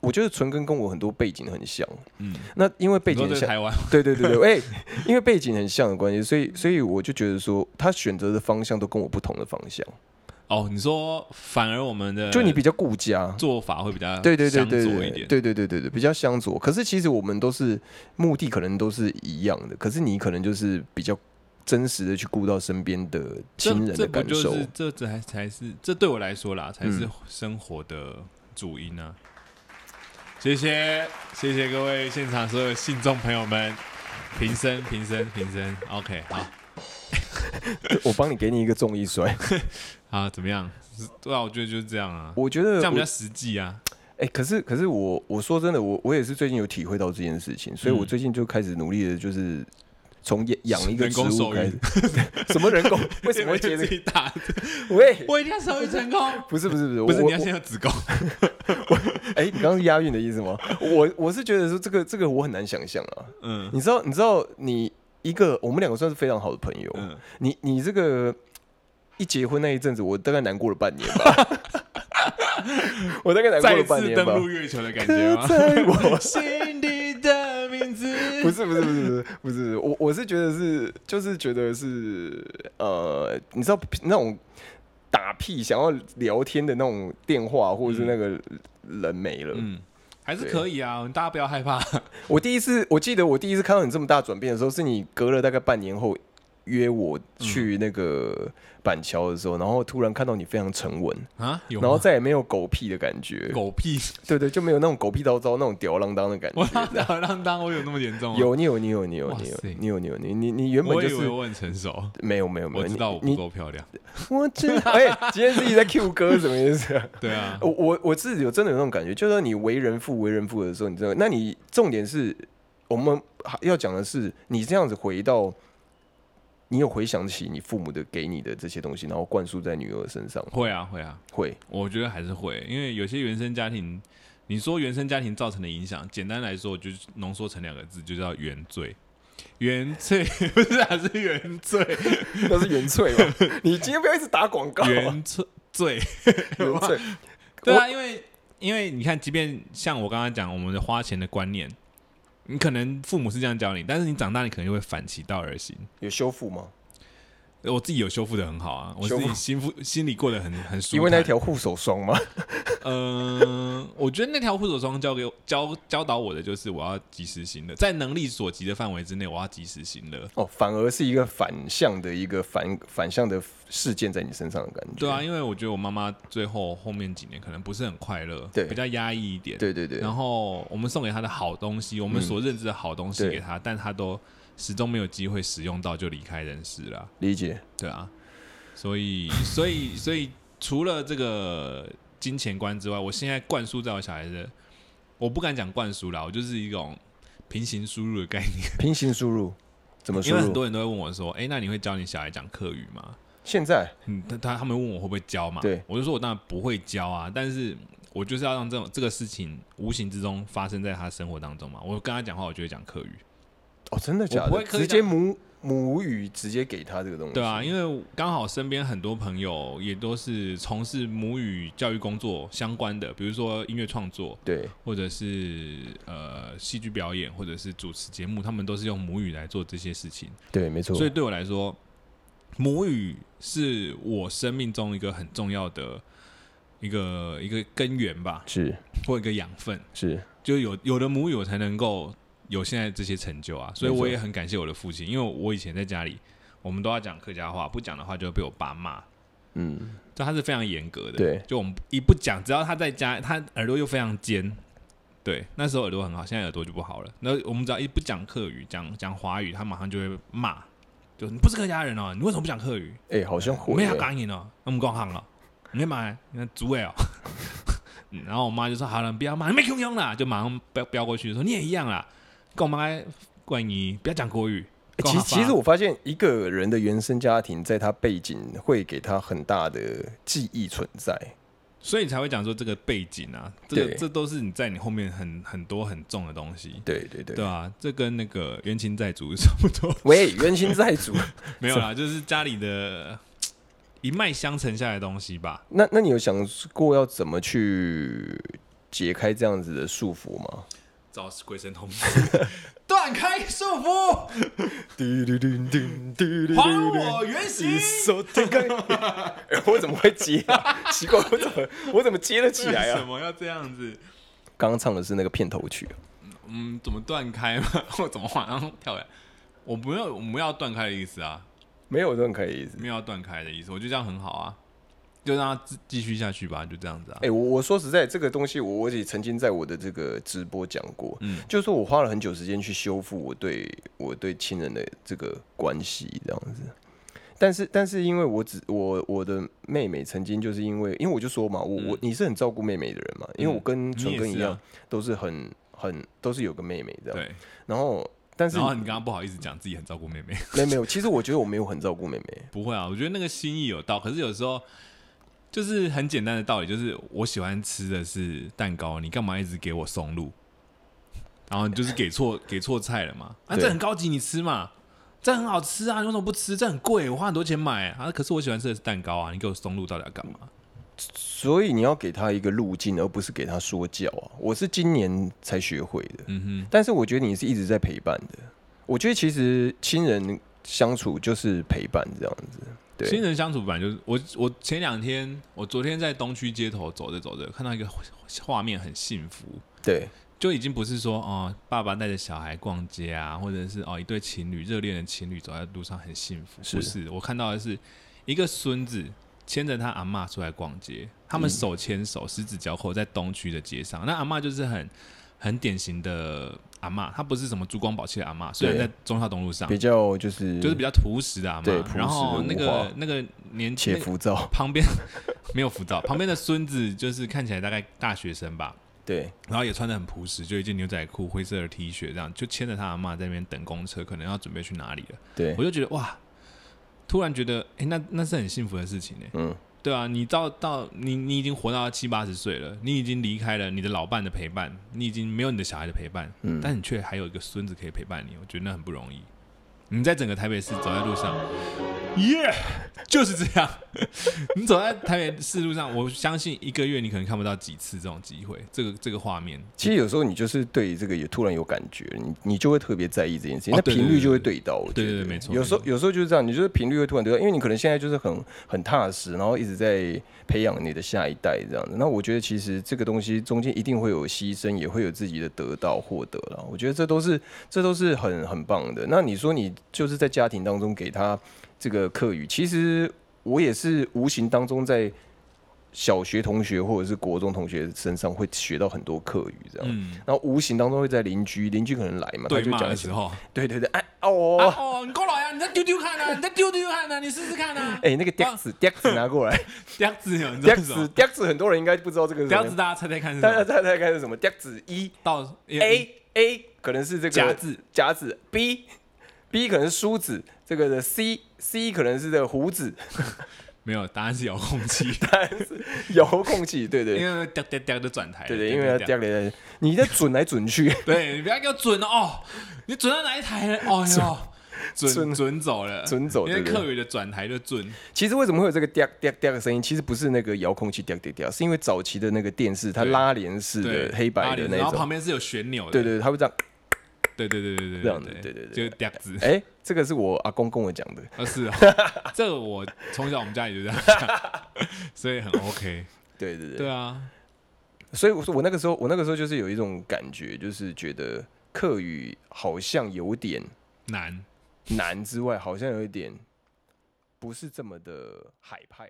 Speaker 1: 我觉得纯根跟我很多背景很像，
Speaker 3: 嗯，
Speaker 1: 那因为背
Speaker 3: 你说
Speaker 1: 景很
Speaker 3: 在
Speaker 1: 像，
Speaker 3: 台湾，
Speaker 1: 对对对对，哎、因为背景很像的关系，所以所以我就觉得说，他选择的方向都跟我不同的方向，
Speaker 3: 哦，你说反而我们的
Speaker 1: 就你比较顾家。
Speaker 3: 做法会比较
Speaker 1: 对对对
Speaker 3: 相
Speaker 1: 对
Speaker 3: 左一
Speaker 1: 对
Speaker 3: 点，
Speaker 1: 对对对对对，比较相左。可是其实我们都是目的，可能都是一样的。可是你可能就是比较真实的去顾到身边的
Speaker 3: 这
Speaker 1: 亲人
Speaker 3: 这
Speaker 1: 的
Speaker 3: 不
Speaker 1: 感
Speaker 3: 就
Speaker 1: 受。
Speaker 3: 是这才才是这对我来说啦，才是
Speaker 1: 嗯
Speaker 3: 生活的主因啊！谢谢谢谢各位现场所有信众朋友们，平身平身平身，OK，好
Speaker 1: 我帮你给你一个重一摔，
Speaker 3: 好啊怎么样？是对啊，我觉得就是这样啊，
Speaker 1: 我觉得
Speaker 3: 这样
Speaker 1: 我
Speaker 3: 比较实际 啊。
Speaker 1: 哎、可是可是我我说真的，我我也是最近有体会到这件事情，所以我
Speaker 3: 嗯
Speaker 1: 最近就开始努力的，就是从养养一个
Speaker 3: 人
Speaker 1: 植
Speaker 3: 工
Speaker 1: 物
Speaker 3: 受
Speaker 1: 开
Speaker 3: 孕
Speaker 1: 始。 什么人 工？为什么会接
Speaker 3: 自
Speaker 1: 这个？
Speaker 3: 己打？
Speaker 1: 喂，
Speaker 3: 我一定要受孕成功。
Speaker 1: 不是不是不是，
Speaker 3: 不是
Speaker 1: 我
Speaker 3: 你要
Speaker 1: 我
Speaker 3: 先有子宫，
Speaker 1: 哎、你刚刚是押韵的意思吗？我我是觉得说这个这个我很难想象啊。
Speaker 3: 嗯
Speaker 1: 你知道你知道你一个我们两个算是非常好的朋友，
Speaker 3: 嗯，
Speaker 1: 你你这个一结婚那一阵子，我大概难过了半年吧。 我大概难过
Speaker 3: 再
Speaker 1: 了半
Speaker 3: 次
Speaker 1: 年
Speaker 3: 登
Speaker 1: 吧。
Speaker 3: 陆月球的感觉
Speaker 1: 刻
Speaker 3: 吗？
Speaker 1: 在我
Speaker 3: 心底的名字。
Speaker 1: 不是不是不是不是不是，我我是觉得是就是觉得是呃，你知道那种打屁想要聊天的那种电话或者是那个人没了。
Speaker 3: 嗯，还是
Speaker 1: 对
Speaker 3: 可以啊，大家不要害怕。
Speaker 1: 我第一次我记得我第一次看到你这么大转变的时候，是你隔了大概半年后约我去那个板桥的时候，然后突然看到你非常沉稳，
Speaker 3: 啊，有
Speaker 1: 然后
Speaker 3: 吗？
Speaker 1: 再也没有狗屁的感觉，
Speaker 3: 狗屁，
Speaker 1: 对对，就没有那种狗屁叨叨那种吊儿郎当的感
Speaker 3: 我
Speaker 1: 觉。
Speaker 3: 浪荡浪荡，我有那么严重吗？，
Speaker 1: 有你有你有你有
Speaker 3: 哇
Speaker 1: 你有
Speaker 3: 塞
Speaker 1: 你有你有你你你原本
Speaker 3: 我
Speaker 1: 就
Speaker 3: 以为
Speaker 1: 是
Speaker 3: 我很成熟，
Speaker 1: 没有没有没有，
Speaker 3: 我知道我
Speaker 1: 你
Speaker 3: 不够漂亮。
Speaker 1: 我知 道，哎、今天自己在 Q 歌是什么意思、啊？
Speaker 3: 对啊，
Speaker 1: 我我我自己有真的有那种感觉，就是说你为人父为人父的时候，你真的，那你重点是我们还要讲的是，你这样子回到，你有回想起你父母的给你的这些东西，然后灌输在女儿身上，
Speaker 3: 会啊会啊，
Speaker 1: 会，
Speaker 3: 我觉得还是会，因为有些原生家庭，你说原生家庭造成的影响，简单来说，我就浓缩成两个字，就叫原罪。原罪 不是啊，是原罪，
Speaker 1: 那是原罪吧？ 你今天不要一直打广告、啊，原
Speaker 3: 原罪罪。
Speaker 1: 罪，
Speaker 3: 对啊，因为因为你看，即便像我刚刚讲我们的花钱的观念，你可能父母是这样教你，但是你长大你可能就会反其道而行。
Speaker 1: 有修复吗？
Speaker 3: 我自己有修复的很好啊，我自
Speaker 1: 修复
Speaker 3: 己心腹心里过得很很舒服。
Speaker 1: 因为那一，条护手霜吗？
Speaker 3: 嗯、我觉得那条护手霜教给我教教导我的就是我要及时行乐，在能力所及的范围之内，我要及时行乐。
Speaker 1: 哦，反而是一个反向的一个反反向的事件在你身上的感觉。
Speaker 3: 对啊，因为我觉得我妈妈最后后面几年可能不是很快乐，
Speaker 1: 对
Speaker 3: 比较压抑一点。
Speaker 1: 对对对，
Speaker 3: 然后我们送给他的好东西，我们所认知的好东西
Speaker 1: 对
Speaker 3: 给他，但他都始终没有机会使用到，就离开人世了，
Speaker 1: 理解。
Speaker 3: 对啊。所以， 所以，所以，除了这个金钱观之外，我现在灌输在我小孩的，我不敢讲灌输啦，我就是一种平行输入的概念。
Speaker 1: 平行输入怎么输
Speaker 3: 因为很
Speaker 1: 入？
Speaker 3: 多人都会问我说：“哎、那你会教你小孩讲客语吗
Speaker 1: 现在？”
Speaker 3: 嗯，他他他们问我会不会教嘛？
Speaker 1: 对
Speaker 3: 我就说我当然不会教啊，但是我就是要让这种这个事情无形之中发生在他生活当中嘛。我跟他讲话，我就会讲客语。
Speaker 1: 哦，真的假
Speaker 3: 我不
Speaker 1: 的？
Speaker 3: 会刻意
Speaker 1: 直接母母语直接给他这个东西。
Speaker 3: 对啊，因为刚好身边很多朋友也都是从事母语教育工作相关的，比如说音乐创作，
Speaker 1: 对
Speaker 3: 或者是呃戏剧表演，或者是主持节目，他们都是用母语来做这些事情。
Speaker 1: 对，没错。
Speaker 3: 所以对我来说，母语是我生命中一个很重要的一个一个根源吧，
Speaker 1: 是
Speaker 3: 或一个养分。
Speaker 1: 是，
Speaker 3: 就有有了母语，我才能够有现在这些成就啊。所以
Speaker 1: 没错
Speaker 3: 我也很感谢我的父亲，因为我以前在家里，我我们都要讲客家话，不讲的话就会被我爸骂。
Speaker 1: 嗯，
Speaker 3: 就他是非常严格的，
Speaker 1: 对
Speaker 3: 就我们一不讲，只要他在家，他耳朵又非常尖，对，那时候耳朵很好，现在耳朵就不好了。那我们只要一不讲客语，讲讲华语，他马上就会骂，就你不是客家人哦，你为什么不讲客语？
Speaker 1: 哎、好像
Speaker 3: 我
Speaker 1: 会
Speaker 3: 们
Speaker 1: 耶、
Speaker 3: 要港人哦，我们讲行了，你干嘛？你看主委哦。嗯然后我妈就说：“好了，你不要骂，你没用用啦。”就马上飙飙过去说：“你也一样啦，跟我妈关于不要讲国语。
Speaker 1: 欸
Speaker 3: 讲
Speaker 1: 其实，
Speaker 3: 合法
Speaker 1: 其实我发现一个人的原生家庭，在他背景会给他很大的记忆存在。
Speaker 3: 所以才会讲说这个背景啊，这个
Speaker 1: 对
Speaker 3: 这都是你在你后面很很多很重的东西，
Speaker 1: 对对对。
Speaker 3: 对啊，这跟那个冤亲债主差不多，
Speaker 1: 喂，冤亲债主，
Speaker 3: 没有啦，就是家里的嘖一脉相承下来的东西吧。
Speaker 1: 那那你有想过要怎么去解开这样子的束缚吗？
Speaker 3: 找鬼神童子，断开束缚，
Speaker 1: 嘟嘟嘟嘟嘟嘟
Speaker 3: 还我原形。
Speaker 1: 手天开，哎我怎么会接 啊？奇怪，我怎么我怎么接得起来
Speaker 3: 为什
Speaker 1: 啊？
Speaker 3: 么要这样子？
Speaker 1: 刚刚唱的是那个片头曲，
Speaker 3: 嗯，怎么断开 嘛？我怎么马上跳来？我不要，我们要断开的意思啊，
Speaker 1: 没有，我都很可以。
Speaker 3: 没有要断开的意思，我觉得这样很好啊，就让它继继续下去吧，就这样子啊
Speaker 1: 哎、。我我说实在，这个东西我我也曾经在我的这个直播讲过，嗯，就是说我花了很久时间去修复我对我对亲人的这个关系这样子。但是，但是，因为我只我我的妹妹曾经就是因为，因为我就说嘛，我、我你是很照顾妹妹的人嘛，因为我跟纯
Speaker 3: 嗯你
Speaker 1: 根
Speaker 3: 也
Speaker 1: 一
Speaker 3: 是啊
Speaker 1: 样，都是很很都是有个妹妹这样。
Speaker 3: 对，
Speaker 1: 然后，但是
Speaker 3: 然后你刚刚不好意思讲自己很照顾妹妹，
Speaker 1: 没没有，其实我觉得我没有很照顾妹妹，
Speaker 3: 不会啊，我觉得那个心意有到，可是有时候就是很简单的道理，就是我喜欢吃的是蛋糕，你干嘛一直给我松露？然后你就是给错 给错菜了嘛？啊，
Speaker 1: 对
Speaker 3: 这很高级，你吃嘛？这很好吃啊，你为什么不吃？这很贵，我花很多钱买啊。可是我喜欢吃的是蛋糕啊，你给我松露到底要干嘛？
Speaker 1: 所以你要给她一个路径，而不是给她说教啊。我是今年才学会的，
Speaker 3: 嗯哼，
Speaker 1: 但是我觉得你是一直在陪伴的。我觉得其实亲人相处就是陪伴这样子，对
Speaker 3: 新人相处本来就是我，我前两天我昨天在东区街头走着走着，看到一个画画面很幸福，
Speaker 1: 对
Speaker 3: 就已经不是说哦，爸爸带着小孩逛街啊，或者是哦一对情侣热恋的情侣走在路上很幸福，
Speaker 1: 是
Speaker 3: 不是？我看到的是一个孙子牵着他阿嬷出来逛街，他
Speaker 1: 嗯
Speaker 3: 们手牵手、十指交扣在东区的街上。那阿嬷就是很很典型的阿嬷，她不是什么珠光宝气的阿嬷，虽然
Speaker 1: 对
Speaker 3: 在中孝东路上
Speaker 1: 比，较就是
Speaker 3: 就是比较朴实的阿
Speaker 1: 对朴
Speaker 3: 嬷。
Speaker 1: 实
Speaker 3: 然后
Speaker 1: 无
Speaker 3: 那
Speaker 1: 华
Speaker 3: 个那个年
Speaker 1: 且
Speaker 3: 那个
Speaker 1: 浮躁，
Speaker 3: 旁边 没有浮躁，旁边的孙子就是看起来大概大学生吧，
Speaker 1: 对
Speaker 3: 然后也穿的很朴实，就一件牛仔裤、灰色的 T 恤，这样就牵着他阿妈在那边等公车，可能要准备去哪里了。
Speaker 1: 对
Speaker 3: 我就觉得哇，突然觉得，哎、那那是很幸福的事情呢、
Speaker 1: 嗯，
Speaker 3: 对啊，你到到你你已经活到七八十岁了，你已经离开了你的老伴的陪伴，你已经没有你的小孩的陪伴，
Speaker 1: 嗯
Speaker 3: 但你却还有一个孙子可以陪伴你，我觉得那很不容易。你在整个台北市走在路上，耶、就是这样。 你走在台北市路上，我相信一个月你可能看不到几次这种机会，这个这个画面，
Speaker 1: 其实有时候你就是对这个也突然有感觉，你你就会特别在意这件事情，
Speaker 3: 哦
Speaker 1: 那
Speaker 3: 对对
Speaker 1: 频率就会
Speaker 3: 对
Speaker 1: 对到。我
Speaker 3: 对
Speaker 1: 觉
Speaker 3: 对
Speaker 1: 得
Speaker 3: 对没错
Speaker 1: 有时候
Speaker 3: 没
Speaker 1: 有时候就是这样，你就是频率会突然对到，因为你可能现在就是很很踏实，然后一直在培养你的下一代这样子。那我觉得其实这个东西中间一定会有牺牲，也会有自己的得到获得啦。我觉得这都是这都是很很棒的。那你说你就是在家庭当中给他这个课语，其实我也是无形当中在。小学同学或者是国中同学身上会学到很多课语，这样。
Speaker 3: 嗯，
Speaker 1: 然后无形当中会在邻居，邻居可能来嘛，他
Speaker 3: 对
Speaker 1: 就
Speaker 3: 骂
Speaker 1: 讲
Speaker 3: 的
Speaker 1: 一些
Speaker 3: 时，候，
Speaker 1: 对对对，哎
Speaker 3: 啊
Speaker 1: 哦，
Speaker 3: 哦，你过来啊，你再丢丢看啊，你再丢丢看啊，你试试看啊。
Speaker 1: 哎那个嗲子嗲子拿过 来，
Speaker 3: 嗲子有，你知道
Speaker 1: 嗲
Speaker 3: 是什
Speaker 1: 子
Speaker 3: 么？
Speaker 1: 嗲子很多人应该不知道这个是
Speaker 3: 嗲
Speaker 1: 什
Speaker 3: 子
Speaker 1: 么，
Speaker 3: 大家猜猜看哦是
Speaker 1: 大家
Speaker 3: 什么？
Speaker 1: 大家看是什么？哎嗲子一
Speaker 3: 到
Speaker 1: A A 可能是这个
Speaker 3: 夹子
Speaker 1: 夹子，B B 可能是梳子，这个的 C C 可能是这个胡子，
Speaker 3: 没有，答案是遥控器，
Speaker 1: 遥控器，对对
Speaker 3: 因为嗲嗲嗲就转台了。
Speaker 1: 对对，因为要
Speaker 3: 嗲
Speaker 1: 嗲来，你在准来准去，
Speaker 3: 对你不要给我准哦，你准到哪一台了？哦哟。准
Speaker 1: 准
Speaker 3: 准走了，
Speaker 1: 准走
Speaker 3: 因为
Speaker 1: 对对
Speaker 3: 客语的转台就准，
Speaker 1: 其实为什么会有这个嗲嗲嗲的声音？其实不是那个遥控器嗲嗲嗲，是因为早期的那个电视它
Speaker 3: 对
Speaker 1: 拉帘式
Speaker 3: 对，
Speaker 1: 的黑白
Speaker 3: 拉
Speaker 1: 的
Speaker 3: 链
Speaker 1: 那
Speaker 3: 然后
Speaker 1: 种
Speaker 3: 旁，边是有旋钮的，
Speaker 1: 对对，对它会 这样。
Speaker 3: 对对对对对，
Speaker 1: 这样的
Speaker 3: 对
Speaker 1: 对对对
Speaker 3: 就是嗲子，
Speaker 1: 哎、这个是我阿公跟我讲的。
Speaker 3: 啊是啊，这个我从小我们家里就这样讲， 所以很 OK，
Speaker 1: 对对对，
Speaker 3: 对啊，
Speaker 1: 所以我说我那个时候，我那个时候就是有一种感觉，就是觉得客语好像有点
Speaker 3: 难，
Speaker 1: 难之外，好像有一点不是这么的海派。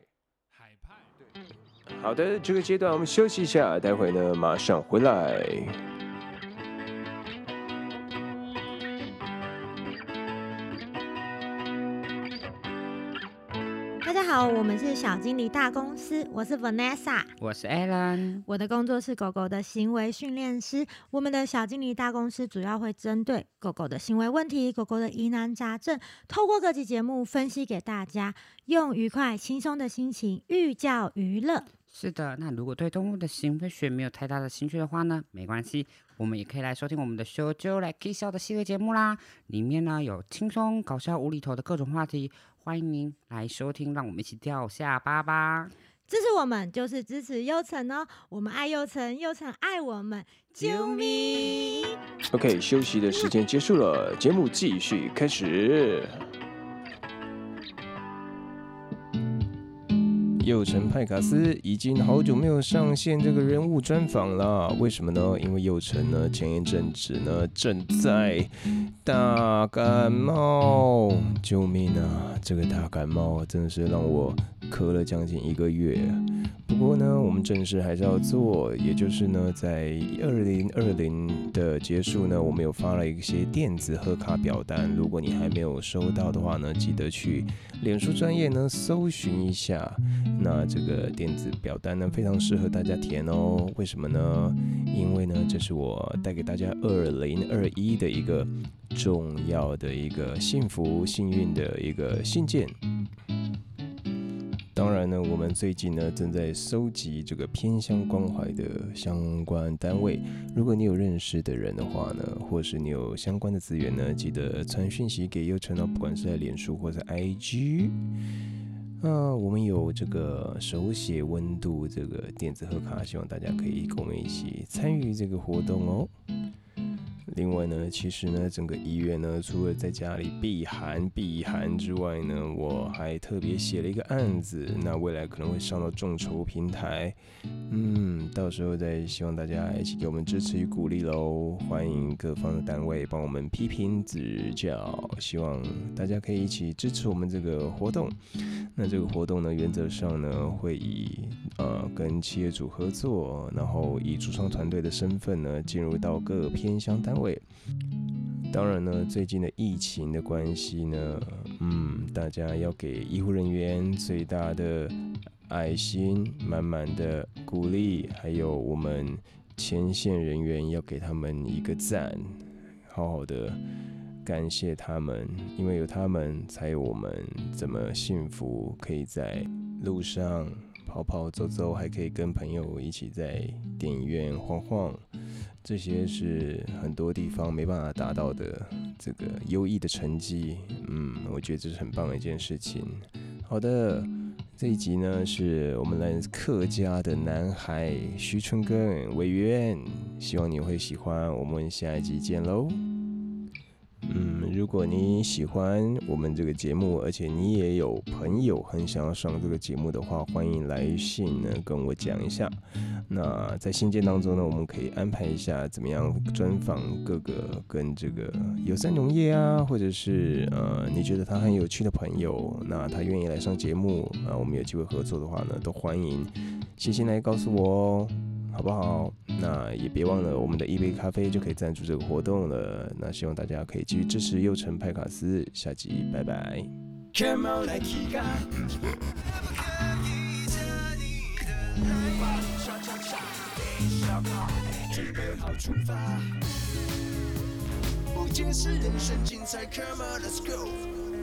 Speaker 3: 海派，对，
Speaker 1: 好的，这个阶段我们休息一下，待会呢马上回来。
Speaker 4: 大家好，我们是小经理大公司，我是 Vanessa。
Speaker 5: 我是 Alan，
Speaker 4: 我的工作是狗狗的行为训练师。我们的小经理大公司主要会针对狗狗的行为问题、狗狗的疑难杂症，透过各集节目分析给大家，用愉快轻松的心情寓教于乐。
Speaker 5: 是的。那如果对动物的行为学没有太大的兴趣的话呢，没关系，我们也可以来收听我们的《修就来 K 笑》的系列节目啦。里面呢有轻松、搞笑、无厘头的各种话题，欢迎您来收听，让我们一起掉下巴吧。
Speaker 4: 支持我们就是支持优晨哦，我们爱优晨，优晨爱我们，啾咪！
Speaker 1: OK，休息的时间结束了，节目继续开始。右城派卡斯已经好久没有上线这个人物专访了，为什么呢？因为右城呢前一阵子呢正在大感冒，救命啊！这个大感冒真的是让我咳了将近一个月。不过呢，我们正事还是要做，也就是呢，在二零二零的结束呢，我们有发了一些电子贺卡表单，如果你还没有收到的话呢，记得去脸书专业呢搜寻一下。那这个电子表单呢，非常适合大家填哦。为什么呢？因为呢，这是我带给大家二零二一的一个重要的一个幸福、幸运的一个信件。当然呢，我们最近呢正在收集这个偏乡关怀的相关单位。如果你有认识的人的话呢，或是你有相关的资源呢，记得传讯息给优晨哦，不管是在脸书或者 IG。那我们有这个手写温度这个电子贺卡，希望大家可以跟我们一起参与这个活动哦。另外呢，其实呢，整个一月呢，除了在家里避寒避寒之外呢，我还特别写了一个案子，那未来可能会上到众筹平台，嗯，到时候再希望大家一起给我们支持与鼓励喽。欢迎各方的单位帮我们批评指教，希望大家可以一起支持我们这个活动。那这个活动呢，原则上呢会以呃跟企业主合作，然后以主创团队的身份呢进入到各偏乡单位。当然呢，最近的疫情的关系呢，嗯，大家要给医护人员最大的爱心、满满的鼓励，还有我们前线人员要给他们一个赞，好好的。感谢他们，因为有他们，才有我们这么幸福，可以在路上跑跑走走，还可以跟朋友一起在电影院晃晃，这些是很多地方没办法达到的这个优异的成绩。嗯，我觉得这是很棒的一件事情。好的，这一集呢是我们来自客家的男孩徐春根委员，希望你会喜欢。我们下一集见喽。嗯，如果你喜欢我们这个节目，而且你也有朋友很想要上这个节目的话，欢迎来信呢跟我讲一下。那在信件当中呢，我们可以安排一下怎么样专访各个跟这个友善农业啊，或者是呃你觉得他很有趣的朋友，那他愿意来上节目，啊，我们有机会合作的话呢，都欢迎写信来告诉我哦。好不好？那也别忘了，我们的一杯咖啡就可以赞助这个活动了。那希望大家可以继续支持右城派卡斯，下集拜拜。
Speaker 6: 准备好出发。不仅是人生精彩，Come on let's go。